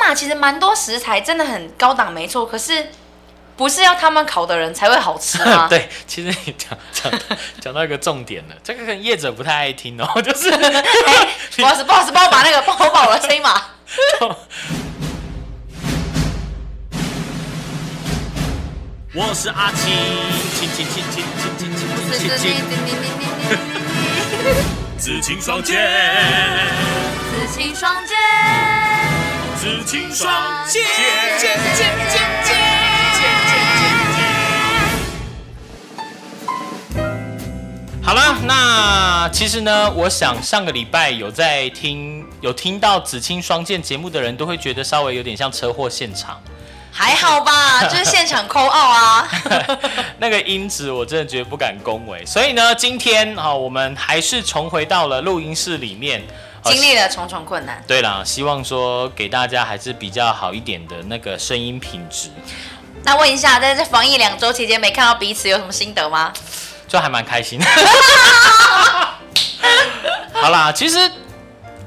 啦，其实蛮多食材真的很高档，没错。可是不是要他们烤的人才会好吃吗？ 对，其实你讲讲到讲到一个重点了，这个可能业者不太爱听哦，就是哎，不 好意思，不好意思，帮我把那个帮我把我的声音码。我是阿青，青青青青青青青青青青，紫青双剑，紫青双剑，紫青双剑剑剑剑剑好了，那其实呢，我想上个礼拜有在听有听到《紫青双剑》节目的人都会觉得稍微有点像车祸现场，还好 吧，就是现场扣奥啊。那个音质我真的觉得不敢恭维。所以呢，今天啊、我们还是重回到了录音室里面。啊经历了重重困难，对啦，希望说给大家还是比较好一点的那个声音品质，那问一下，在这防疫两周期间没看到彼此有什么心得吗？就还蛮开心。 好啦，其实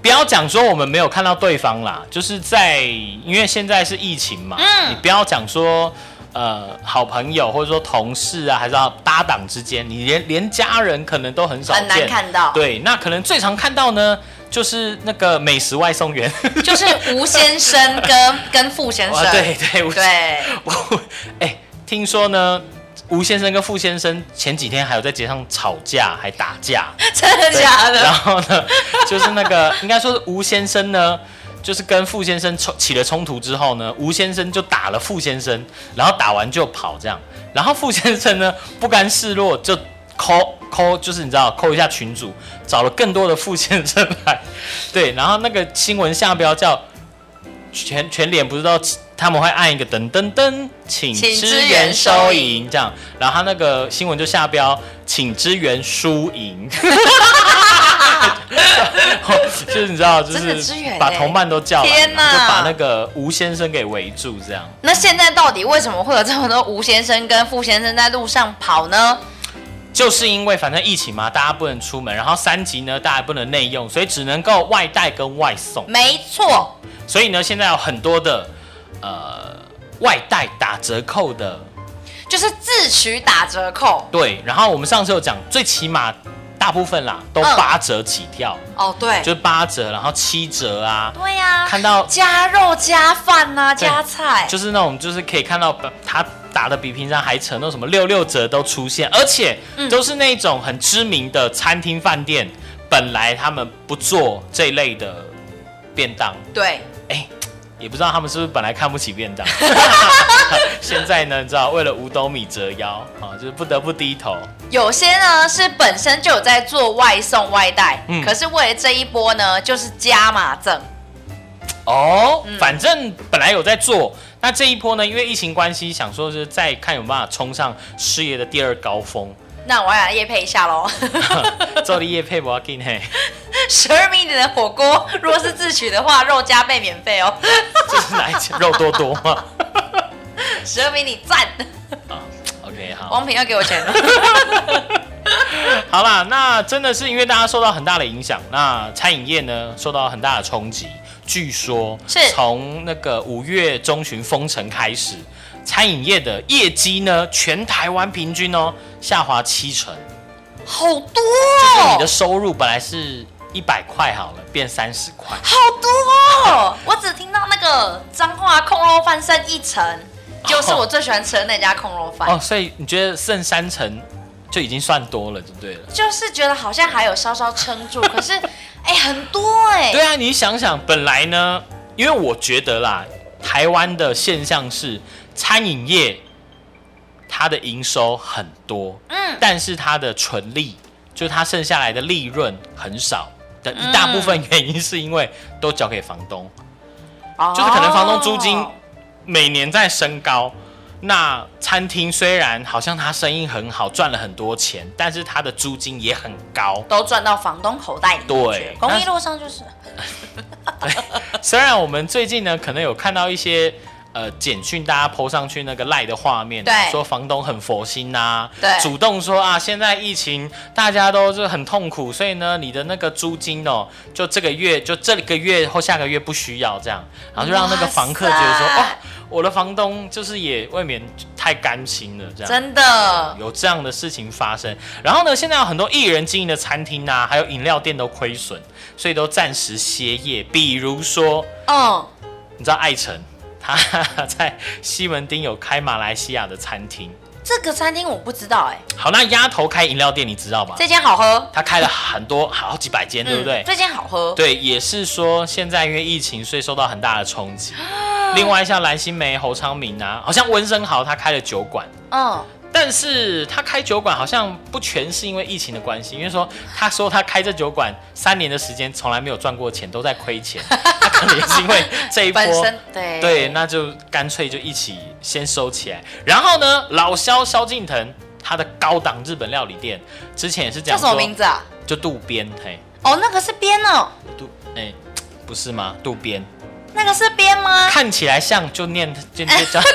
不要讲说我们没有看到对方啦，就是在因为现在是疫情嘛，嗯你不要讲说呃好朋友或者说同事啊，还是要搭档之间，你连连家人可能都很少很难见。看到，对，那可能最常看到呢，就是那个美食外送员。就是吴先生跟跟傅先生，哇，对对，我对我 哎、听说呢，吴先生跟傅先生前几天还有在街上吵架，还打架。真的假然的？后呢， 就是那个应该说是吴先生呢，就是跟傅先生冲起了冲突之后呢，吴先生就打了傅先生，然后打完就跑这样。然后傅先生呢不甘示弱，就抠抠，就是你知道抠一下群主，找了更多的傅先生来。对，然后那个新闻下标叫全全脸不知道。他们会按一个噔噔噔，请请支支援援收收银银这样，然后他那个新闻就下标，请支援输赢， 就是你知道，就真的支是援把欸同伴都叫来嘛，天哪就把那个吴先生给围住，这样那现在到底为什么会有这么多吴先生跟傅先生在路上跑呢？就是因为反正疫情嘛，大家不能出门，然后三级呢，大家不能内用，所以只能够外带跟外送，没错，所以呢，现在有很多的呃外带打折扣的，就是自取打折扣。对，然后我们上次有讲，最起码大部分啦都嗯八折起跳，哦，对，就是八折，然后七折啊，对呀、看到加肉加饭呐、对加菜，就是那种就是可以看到他打的比平常还扯，那种什么六六折都出现，而且都是那种很知名的餐厅饭店，本来他们不做这类的便当，对，哎、也不知道他们是不是本来看不起便当，现在呢，你知道为了五斗米折腰啊，就是不得不低头。有些呢是本身就有在做外送外带，嗯可是为了这一波呢，就是加码赠。哦，反正本来有在做，那这一波呢，因为疫情关系，想说是再看有没有办法冲上事业的第二高峰。 那我要来夜配一下喽，做的业配不要紧嘿， 十二米点的火锅，如果是自取的话，肉加倍免费哦。 这是哪一家肉多多吗？十二米你赞，啊，OK，好， 王平要给我钱了。 好啦，那真的是因为大家受到很大的影响，那餐饮业呢受到很大的冲击。据说是从那个五月中旬封城开始，餐饮业的业绩呢，全台湾平均哦下滑七成，好多、就是哦，你的收入本来是一百块好了，变三十块。好多、哦，我只听到那个彰化控肉饭剩一层，就是我最喜欢吃的那家控肉饭，哦，所以你觉得剩三成就已经算多了，就对了。就是觉得好像还有稍稍撑住，可 是哎、很多哎、对啊，你想想，本来呢，因为我觉得啦，台湾的现象是餐饮业它的营收很多，嗯，但是它的纯利，就是它剩下来的利润很少的一大部分原因，是因为都交给房东，就是可能房东租金哦每年在升高。那餐厅虽然好像它生意很好，赚了很多钱，但是它的租金也很高。都赚到房东口袋里面去。对公益路上就是虽然我们最近呢，可能有看到一些呃简讯大家 PO 上去那个赖的画面，啊对说房东很佛心呐、对主动说啊，现在疫情大家都是很痛苦，所以呢，你的那个租金哦，就这个月就这个月或下个月不需要这样，然后就让那个房客觉得说，哇塞哦，我的房东就是也未免太甘心了这样。真的，有这样的事情发生。然后呢，现在有很多艺人经营的餐厅啊，还有饮料店都亏损，所以都暂时歇业。比如说，嗯，你知道艾诚 他在西门町有开马来西亚的餐厅。这个餐厅我不知道哎、好，那丫头开饮料店，你知道吧？这间好喝，他开了很多好几百哦间，对不对嗯？这间好喝，对，也是说现在因为疫情，所以受到很大的冲击。啊另外像蓝心湄、侯昌明啊，好像温升豪他开了酒馆，嗯，但是他开酒馆好像不全是因为疫情的关系，因为说他说他开这酒馆三年的时间从来没有赚过钱，都在亏钱。他可能也是因为这一 波，本身对对，那就干脆就一起先收起来。然后呢，老萧萧敬腾他的高档日本料理店之前也是叫讲什么说，名字啊？就渡边，嘿，哦，那个是边哦，渡，哎、不是吗？渡 边那个是边吗？ 看起来像就念就念叫， 我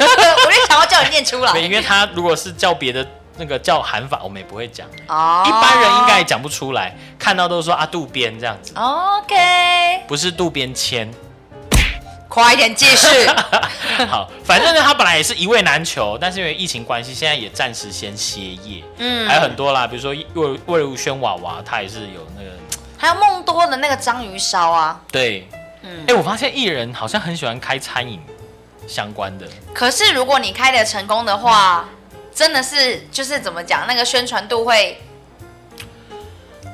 就想要叫你念出来。因为他如果是叫别的那个叫韩法，我们也不会讲。哦，一般人应该也讲不出来，看到都说啊渡边这样子， OK，不是渡 边谦。快一点继续。 好，反正呢，他本来也是一位难求，但是因为疫情关系，现在也暂时先歇业。嗯还有很多啦，比如说魏魏如萱娃娃，她也是有那个还有梦多的那个章鱼烧啊，对，嗯嗯，哎、我发现艺人好像很喜欢开餐饮相关的，可是如果你开的成功的话，真的是就是怎么讲，那个宣传度会。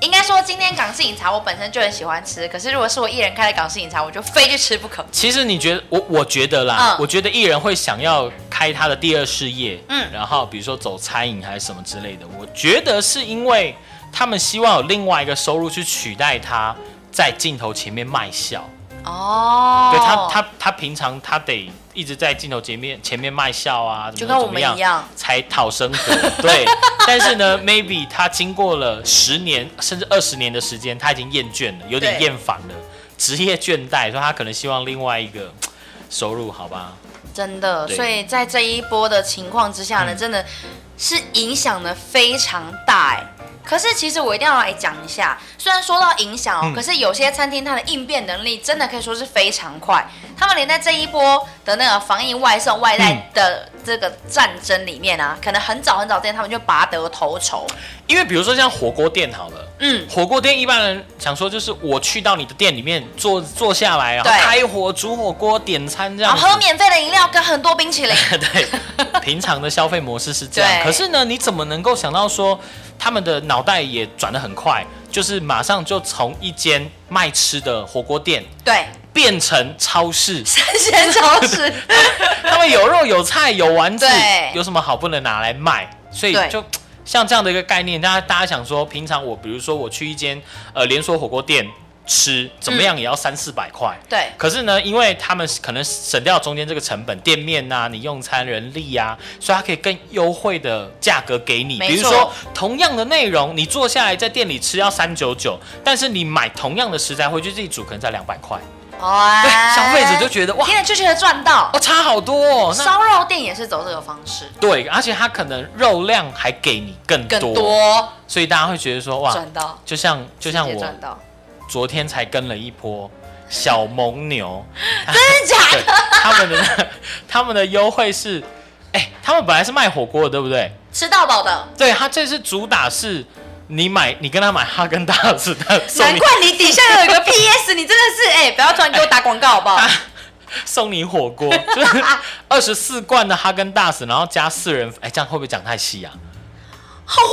应该说，今天港式饮茶我本身就很喜欢吃，可是如果是我一人开的港式饮茶，我就非去吃不可。其实你觉得我我觉得嗯啦，我觉得艺人会想要开他的第二事业，嗯嗯，然后比如说走餐饮还是什么之类的，我觉得是因为他们希望有另外一个收入去取代他在镜头前面卖笑。哦，对他，他他平常他得一直在镜头前面前面卖笑啊，怎么就跟我怎么们一样才讨生活。对，但是呢，maybe 他经过了十年甚至二十年的时间，他已经厌倦了，有点对厌烦了，职业倦怠，所以他可能希望另外一个收入，好吧？真的，对所以在这一波的情况之下呢，嗯真的是影响的非常大哎。可是其实我一定要来讲一下，虽然说到影响哦，嗯可是有些餐厅它的应变能力真的可以说是非常快，他们连在这一波的那个防疫外送外嗯带的这个战争里面啊，可能很早很早之前他们就拔得头筹。因为比如说像火锅店好了。嗯，火锅店一般人想说，就是我去到你的店里面坐坐下来，然后对开火煮火锅点餐这然样子，后喝免费的饮料跟很多冰 淇淋，对，平常的消费模式是这样。对可是呢，你怎么能够想到说他们的脑袋也转得很快，就是马上就从一间卖吃的火锅店对，？变成超市 三鲜超市， 他们有肉有菜有丸子对，有什么好不能拿来卖？所以对就。像这样的一个概念，大家大家想说，平常我比如说我去一间呃连锁火锅店吃，怎么嗯样也要三四百块，对，可是呢，因为他们可能省掉中间这个成本，店面呐、你用餐人力啊，所以他可以更优惠的价格给你。没比如错说，同样的内容，你坐下来在店里吃要三九九，但是你买同样的食材回去自己煮，可能才两百块。哇对， 消费者就觉得哇，天哪，就觉得赚到哦，。差好多哦。那烧肉店也是走这个方式，对，而且他可能肉量还给你更多，更多所以大家会觉得说哇，赚到，就像就像也我赚到，昨天才跟了一波小蒙牛。 真的假对的？，他们的 他们的优惠是，哎、他们本来是卖火锅的，对不对？吃到饱的，对，他这次主打是，你买你跟他买哈根达斯，他 送难你怪你底下有一个 PS，你真的是哎，不要突然给我打广告好不好？啊送你火锅， 就是二十四罐的哈根达斯，然后加四人，哎、这样会不会讲太细啊？好划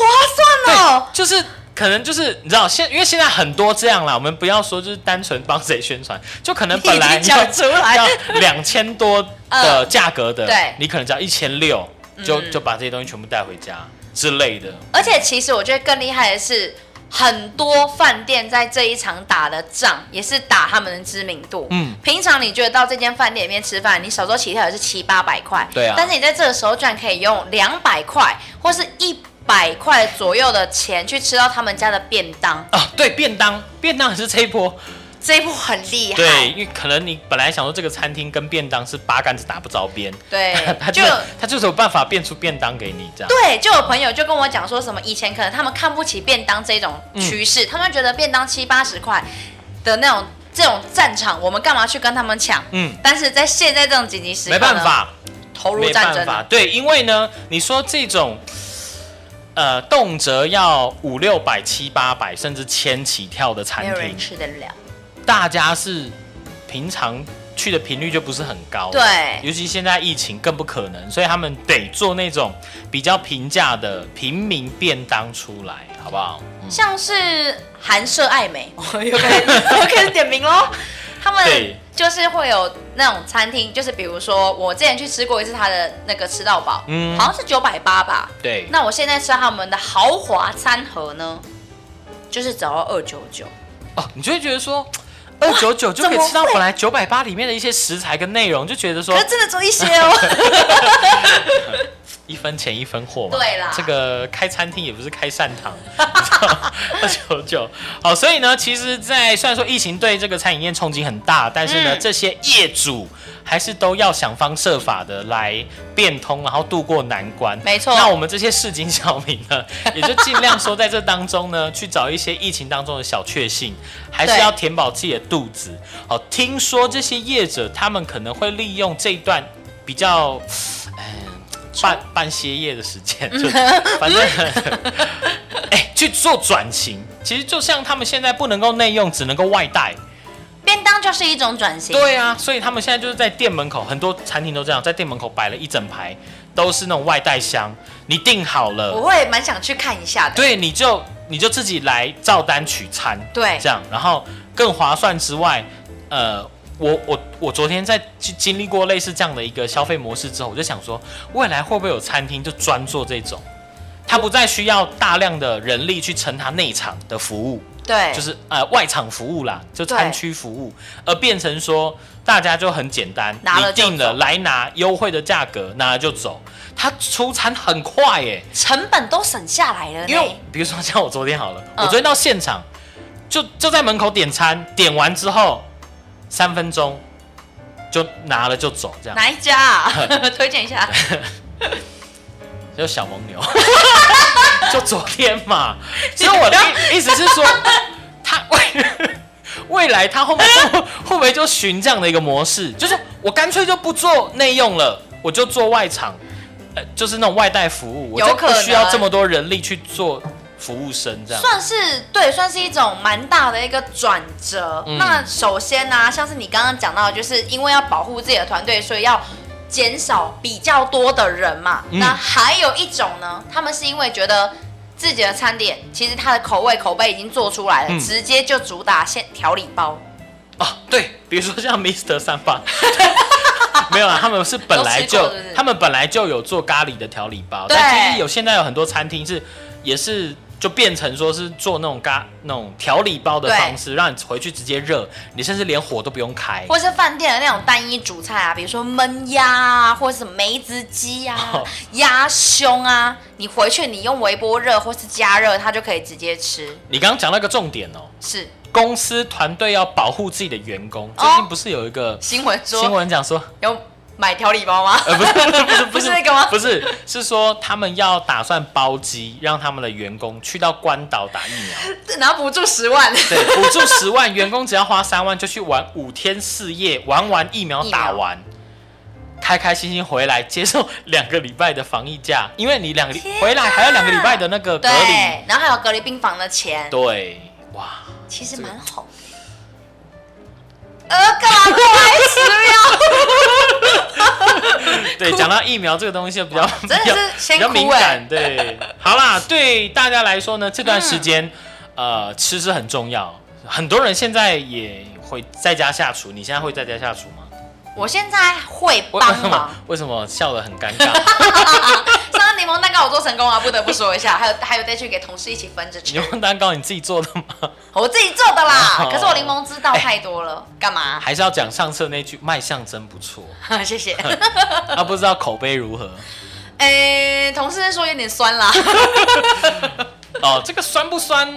算哦！就是可能就是你知道现，因为现在很多这样啦，我们不要说就是单纯帮谁宣传，就可能本来 你已经讲出来 要两千多的价格的，嗯对你可能只要一千六，就嗯就把这些东西全部带回家之类的。而且其实我觉得更厉害的是，很多饭店在这一场打的仗也是打他们的知名度。嗯嗯，平常你觉得到这间饭店里面吃饭，你少说起跳也是七八百块，对啊但是你在这个时候居然可以用两百块或是一百块左右的钱去吃到他们家的便当，啊，对，便当，便当也是这一波，这一步很厉害。对，因为可能你本来想说这个餐厅跟便当是八竿子打不着边， 他对，就就他就是有办法变出便当给你这样。对，就有朋友就跟我讲说什么，以前可能他们看不起便当这种趋嗯势，他们觉得便当七八十块的那种这种战场，我们干嘛去跟他们抢？嗯，但是在现在这种紧急时刻，没办，法，投入没战办争法，了。对，因为呢，你说这种，呃，动辄要五六百、七八百，甚至千起跳的餐没有厅人，吃得了，大家是平常去的频率就不是很高，对尤其现在疫情更不可能，所以他们得做那种比较平价的平民便当出来，好不好？像是韩舍爱美，嗯 我又开始又开始点名 喽。他们对就是会有那种餐厅，就是比如说我之前去吃过一次他的那个吃到饱，嗯好像是九百八吧，对，那我现在吃他们的豪华餐盒呢，就是只要二九九，哦，你就会觉得说。二九九就可以吃到本来九百八里面的一些食材跟内容，就觉得说可是真的只有一些 哦。一分钱一分货嘛。对啦这个开餐厅也不是开善堂， 二九九。好，所以呢，其实在，虽然说疫情对这个餐饮业冲击很大，但是呢，嗯这些业主还是都要想方设法的来变通，然后渡过难关。没错那我们这些市井小民呢，也就尽量说在这当中呢，去找一些疫情当中的小确幸，还是对要填饱自己的肚子。好，听说这些业者他们可能会利用这一段比较，嗯、半半歇业的时间，就反正。 哎、去做转型，其实就像他们现在不能够内用，只能够外带。便当就是一种转型，对啊，所以他们现在就是在店门口，很多餐厅都这样，在店门口摆了一整排，都是那种外带箱。你订好我了，会蛮想去看一下的。对，你就你就自己来照单取餐，对这样，然后更划算之外，呃。我我我昨天在经经历过类似这样的一个消费模式之后，我就想说，未来会不会有餐厅就专做这种，它不再需要大量的人力去撑它内场的服务，对，就是呃外场服务啦，就餐区服务，而变成说大家就很简单，拿了你定就了走来拿优惠的价格，拿了就走。它出餐很快耶、成本都省下来了因为呢。比如说像我昨天好了，嗯我昨天到现场就就在门口点餐，点完之后三分钟就拿了就走，这样哪一家、 啊？推荐一下。就小蒙牛， 就昨天嘛。所以我你的不要意意思是说，他 未未来他后面 会不会不会就循这样的一个模式，就是我干脆就不做内用了，我就做外场，呃，就是那种外带服务，我有就可不能需要这么多人力去做服务生这样。算是对，算是一种蛮大的一个转折。嗯那首先呢、像是你刚刚讲到的，就是因为要保护自己的团队，所以要减少比较多的人嘛。嗯那还有一种呢，他们是因为觉得自己的餐点其实它的口味口碑已经做出来了，嗯直接就主打现调理包，哦，对，比如说像 Mr 三八。 没有啊，他们是本来就都吃过是不是他们本来就有做咖喱的调理包，对但其实有现在有很多餐厅是也是就变成说是做那种咖那种调理包的对方式，让你回去直接热，你甚至连火都不用开。或是饭店的那种单一主菜啊，比如说焖鸭啊，或者什么梅子鸡啊哦、鸭胸啊，你回去你用微波热或是加热，它就可以直接吃。你刚刚讲到一个重点哦，是公司团队要保护自己的员工。最近不是有一个新闻哦说新闻讲说，有买调理包吗？ 呃，不是不是不是不是那个吗不是，是说他们要打算包机，让他们的员工去到关岛打疫苗。拿补助十万，对，补助十万，员工只要花三万就去玩五天四夜，玩完疫苗打完，开开心心回来接受两个礼拜的防疫假，因为你两个礼天啊回来还有两个礼拜的那个隔离。对，然后还有隔离病房的钱，对，哇，其实蛮好的。呃，干嘛不来 吃呀？对，讲到疫苗这个东西就比较比真的较是先比较哭敏欸 感。对，好啦，对大家来说呢，这段嗯时间、呃，吃是很重要，很多人现在也会在家下厨，你现在会在家下厨吗？我现在会为为帮什么忙。为什么笑得很尴尬？ 上次柠檬蛋糕我做成功了，不得不说一下。还有还有再去给同事一起分着你吃，用蛋糕你自己做的吗？我自己做的啦哦。可是我柠檬汁倒太多了，干嘛？ 还是要讲上次那句卖相真不错， 谢谢。 啊，不知道口碑如何 哎，同事说有点酸啦。哦。这个酸不酸，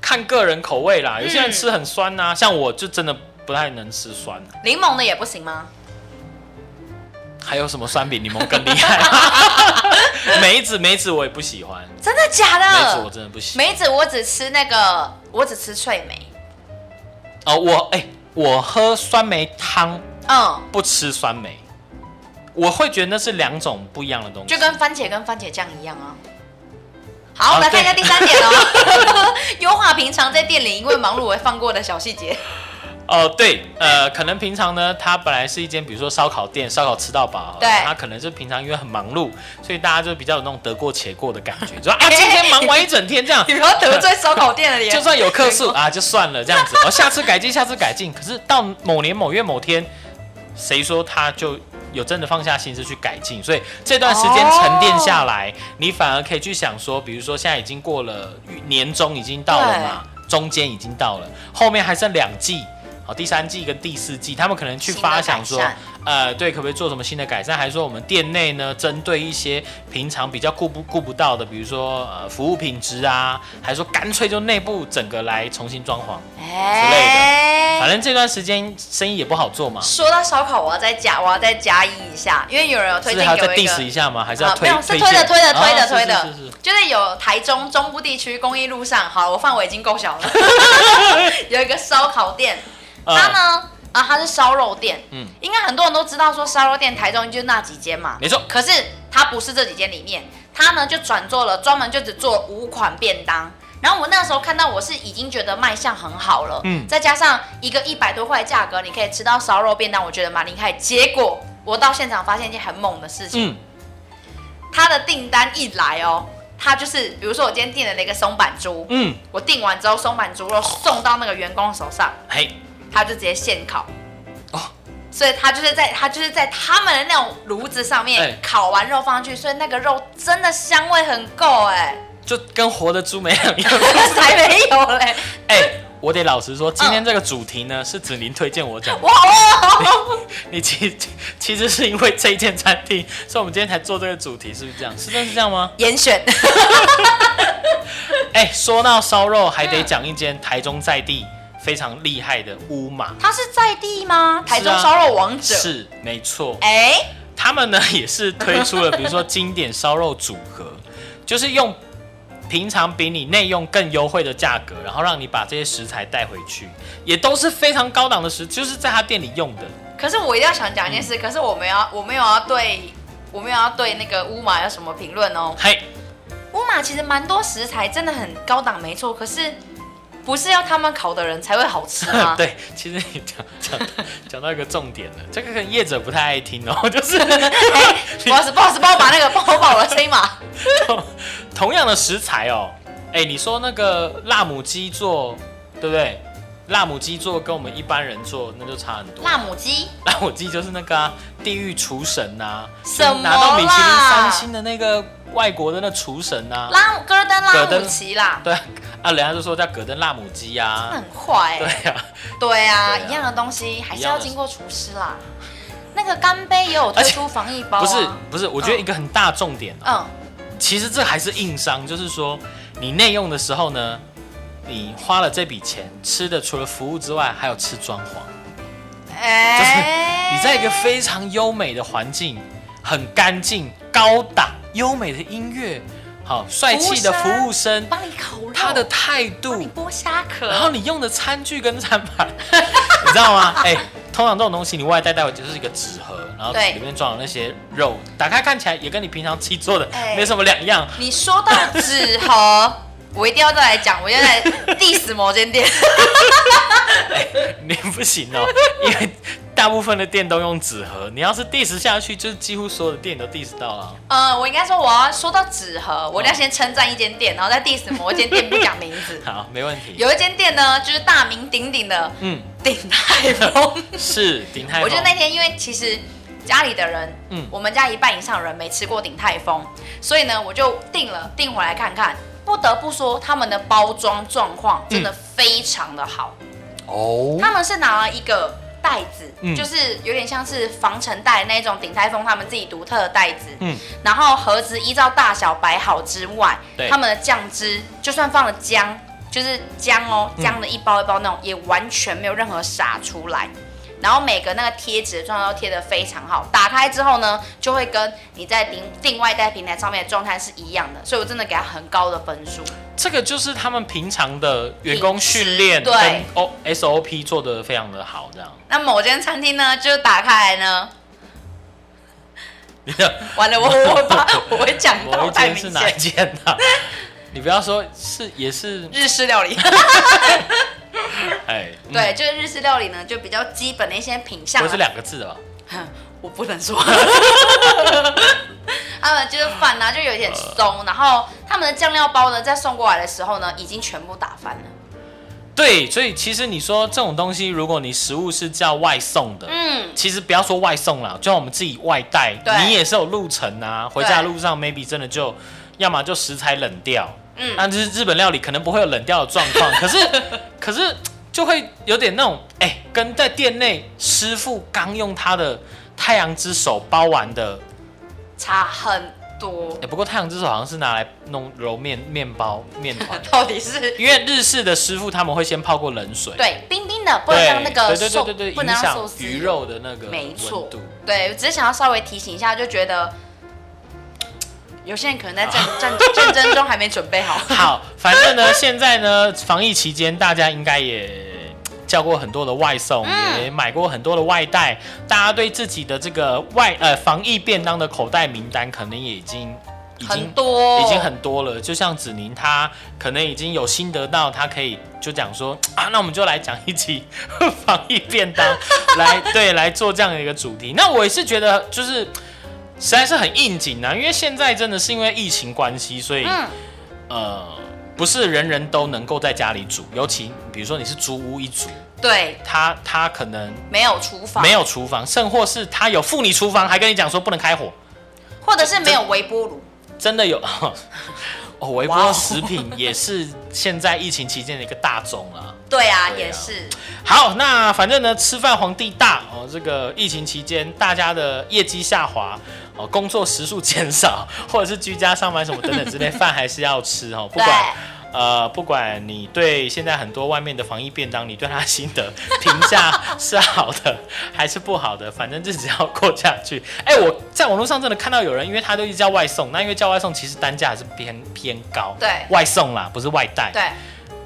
看个人口味啦，有些人嗯吃很酸呐、像我就真的不太能吃酸。啊柠檬的也不行吗？还有什么酸比柠檬更厉害？ 梅子梅子我也不喜欢，真的假梅子我的？真的不喜嗯欢。梅子我只吃那个，我只吃脆梅。哦，我哎、我喝酸梅汤嗯，不吃酸梅，我会觉得那是两种不一样的东西。就跟番茄跟番茄酱一样啊。好，我们来对看一下第三点哦。 优化平常在店里因为忙碌而放过的小细节。 哦、对，呃，可能平常呢，它本来是一间比如说烧烤店，烧烤吃到饱好了，对它可能是平常因为很忙碌，所以大家就比较有那种得过且过的感 觉，就说啊，今天忙完一整天这样，你不要得罪烧烤店了耶！ 就算有客诉啊，就算了这样子， 哦，下次改进，下次改进。可是到某年某月某天，谁说他就有真的放下心思去改进？所以这段时间哦沉淀下来，你反而可以去想说，比如说现在已经过了年终，已经到了嘛，中间已经到了，后面还剩两季。好，第三季跟第四季，他们可能去发想新的说改善，呃，对，可不可以做什么新的改善？还是说我们店内呢，针对一些平常比较顾不顾不到的，比如说呃服务品质啊，还是说干脆就内部整个来重新装潢？哎反正这段时间生意也不好做嘛，说到烧烤，我要再加，我要再加一一下，因为有人有推是啊荐还给要再我一个 diss 一下吗？还是要啊推没有是推推的荐推的推哦的是推的是是是，就是有台中中部地区公益路上，好，我范围已经够小 了，有一个烧烤店，它嗯呢，啊，它是烧肉店，嗯嗯，应该很多人都知道说烧肉店台中就那几间嘛，没错可是它不是这几间里面，它呢就转做了专门就只做五款便当。然后我那时候看到，我是已经觉得卖相很好了，嗯嗯，再加上一个一百多块的价格，你可以吃到烧肉便当，我觉得蛮厉害。结果我到现场发现一件很猛的事情，嗯，他的订单一来哦，他就是比如说我今天订了一个松板猪，嗯，我订完之后松板猪肉送到那个员工手上，嘿，他就直接现烤。哦所以他就是在他就是在他们的那种炉子上哎面烤完肉放上去，所以那个肉真的香味很够哎、就跟活的猪没两样。 才没有嘞！哎、我得老实说，今嗯天这个主题呢，是子宁推荐我讲的。 哇 哦，你其其实是因为这一间餐厅，所以我们今天才做这个主题，是不是这样？是真是这样吗？严选哎、说到烧肉，还得讲一间台中在地非常厉害的乌马，他是在地吗？台是中啊烧肉王者是没错。哎、他们呢也是推出了，比如说经典烧肉组合，就是用平常比你内用更优惠的价格，然后让你把这些食材带回去，也都是非常高档的食，就是在他店里用的。可是我一定要想讲一件事，嗯可是我没有要我没有要对我没有要对那个乌马有什么评论哦。嘿，乌马其实蛮多食材真的很高档，没错，可是不是要他们烤的人才会好吃吗？ 对，其实你讲讲讲到一个重点了，这个可能业者不太爱听哦， 就是哎，不好意思，不好意思，帮我把那个帮我把我的声音码。 同样的食材哦，哎，你说那个辣母鸡做，对不对？辣母鸡做跟我们一般人做那就差很多。辣母 鸡， 辣母鸡就是那个、啊、地狱厨神呐、啊，什么啦拿到米其林三星的那个外国的那厨神呐、啊，拉戈登戈拉登姆齐啦，对啊，啊人家就说叫葛登辣母鸡呀、那很啊，坏、对欸。呀、啊，对啊，对啊一样的东西还是一样要的经过厨师啦。那个干杯也有推出防疫包、啊，不是不是，我觉得一个很大重点、哦，嗯，其实这还是硬伤，就是说你内用的时候呢，你花了这笔钱吃的除了服务之外，还有吃装潢。哎、你在一个非常优美的环境，很干净、高档、优美的音乐，好帅气的服务生，帮你烤肉，他的态帮你度，剥虾壳，然后你用的餐具跟餐盘， 你知道吗？哎、通常这种东西你外带带回去就是一个纸盒，然后对里面装了那些肉，打开看起来也跟你平常自己做的哎没什么两样。你说到纸盒，我一定要再来讲，我要来 diss 某间店。 你不行哦，因为大部分的店都用纸盒，你要是 diss 下去，就是几乎所有的店你都 diss 到了。。呃，我应该说我要说到纸盒，我一定要先称赞一间店，然后再 diss 某一间店，不讲名字 好，没问题。有一间店呢，就是大名鼎鼎的嗯，鼎泰丰。是鼎泰丰。我觉得那天因为其实家里的人，嗯嗯，我们家一半以上的人没吃过鼎泰丰，所以呢，我就订了订回来看看。不得不说，他们的包装状况真的非常的好。哦，他们是拿了一个袋子，嗯就是有点像是防尘袋那一种鼎泰丰他们自己独特的袋子，嗯然后盒子依照大小摆好之外对，他们的酱汁就算放了姜，就是姜哦，嗯姜的一包一包那种，也完全没有任何洒出来。然后每个那个贴纸的状态都贴得非常好，打开之后呢，就会跟你在另另外一代平台上面的状态是一样的，所以我真的给他很高的分数。这个就是他们平常的员工训练对跟哦 O SOP 做得非常的好，这样。那某间餐厅呢，就是打开来 呢，你的完了我我会把我会讲某到一太间明是显哪一间啊？ 你不要说是也是日式料理。哎，嗯对，，啊就是日式料理呢，就比较基本的一些品相不啊、会是两个字的吧？我不能说。 他们就是饭啊，就有一呃点松，然后他们的酱料包呢，在送过来的时候呢，已经全部打翻了。对，所以其实你说这种东西，如果你食物是叫外送的，嗯，其实不要说外送啦，就像我们自己外带，对你也是有路程啊，回家的路上 maybe 真的就，要么就食材冷掉，嗯但是日本料理可能不会有冷掉的状 况，可是可是就会有点那种，哎、跟在店内师傅刚用他的太阳之手包完的，差很多，哎、。不过太阳之手好像是拿来弄揉面面包面团 到底是因为日式的师傅他们会先泡过冷水，对冰冰的，不能让那个对对寿，对对对，不影能让响寿司鱼。肉的那个没错温度。对，只是想要稍微提醒一下，就觉得有些人可能在战 战战争中还没准备好。好，反正呢，现在呢，防疫期间，大家应该也叫过很多的外送，嗯也买过很多的外带，大家对自己的这个外呃防疫便当的口袋名单，可能也已经已很经。多，已经很多了，就像子宁他可能已经有心得到，他可以就讲说啊，那我们就来讲一集 防疫便当，来对来做这样的一个主题。那我也是觉得就是实在是很应景啊，因为现在真的是因为疫情关系，所以、嗯呃不是人人都能够在家里煮，尤其比如说你是租屋一族，对，他他可能没有厨房，没有厨房，甚或是他有妇女厨房，还跟你讲说不能开火。或者是没有微波炉。真的有 哦，微哇哦波食品也是现在疫情期间的一个大宗啊。对啊，对啊也是。好，那反正呢，吃饭皇帝大哦，这个疫情期间大家的业绩下滑。哦，工作时数减少，或者是居家上班什么等等之类，饭还是要吃哦。不对，管呃，不管你对现在很多外面的防疫便当，你对它的心得评价是好的还是不好的，反正就只要过下去。 哎、我在网络上真的看到有人，因为他都一直叫外送，那因为叫外送其实单价还是偏偏高，对外送啦，不是外带，对，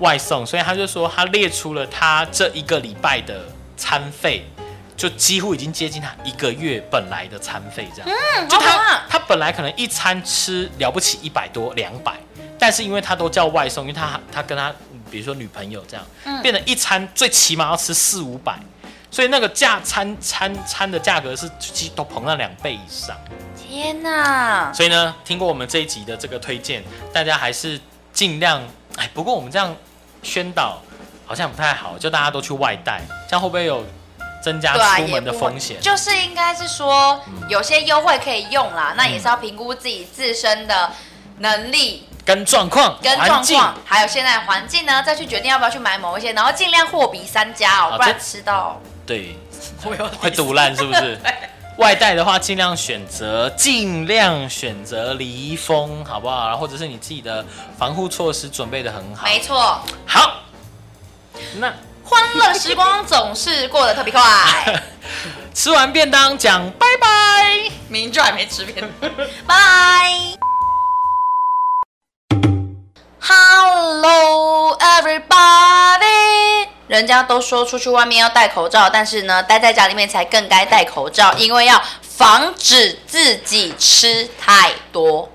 外送，所以他就说他列出了他这一个礼拜的餐费。就几乎已经接近他一个月本来的餐费这样，嗯就好棒他啊他本来可能一餐吃了不起一百多两百，但是因为他都叫外送，因为他他跟他比如说女朋友这样，嗯变成一餐最起码要吃四五百，所以那个价餐餐餐的价格是其实都膨胀两倍以上。天哪！所以呢，听过我们这一集的这个推荐，大家还是尽量，哎，不过我们这样宣导好像不太好，就大家都去外带，这样会不会有增加对啊，出也门不的风险？嗯就是应该是说有些优惠可以用啦，那也是要评估自己自身的能力跟状况、跟环状境，况，还有现在的环境呢，再去决定要不要去买某一些，然后尽量货比三家哦，好不然这吃到对，会堵烂是不是？外带的话，尽量选择，尽量选择离峰，好不好？然后或者是你自己的防护措施准备的很 好。没错。好，那欢乐时光总是过得特别快，吃完便当讲拜拜。明就还没吃遍， 拜。Hello everybody！人家都说出去外面要戴口罩，但是呢，待在家里面才更该戴口罩，因为要防止自己吃太多。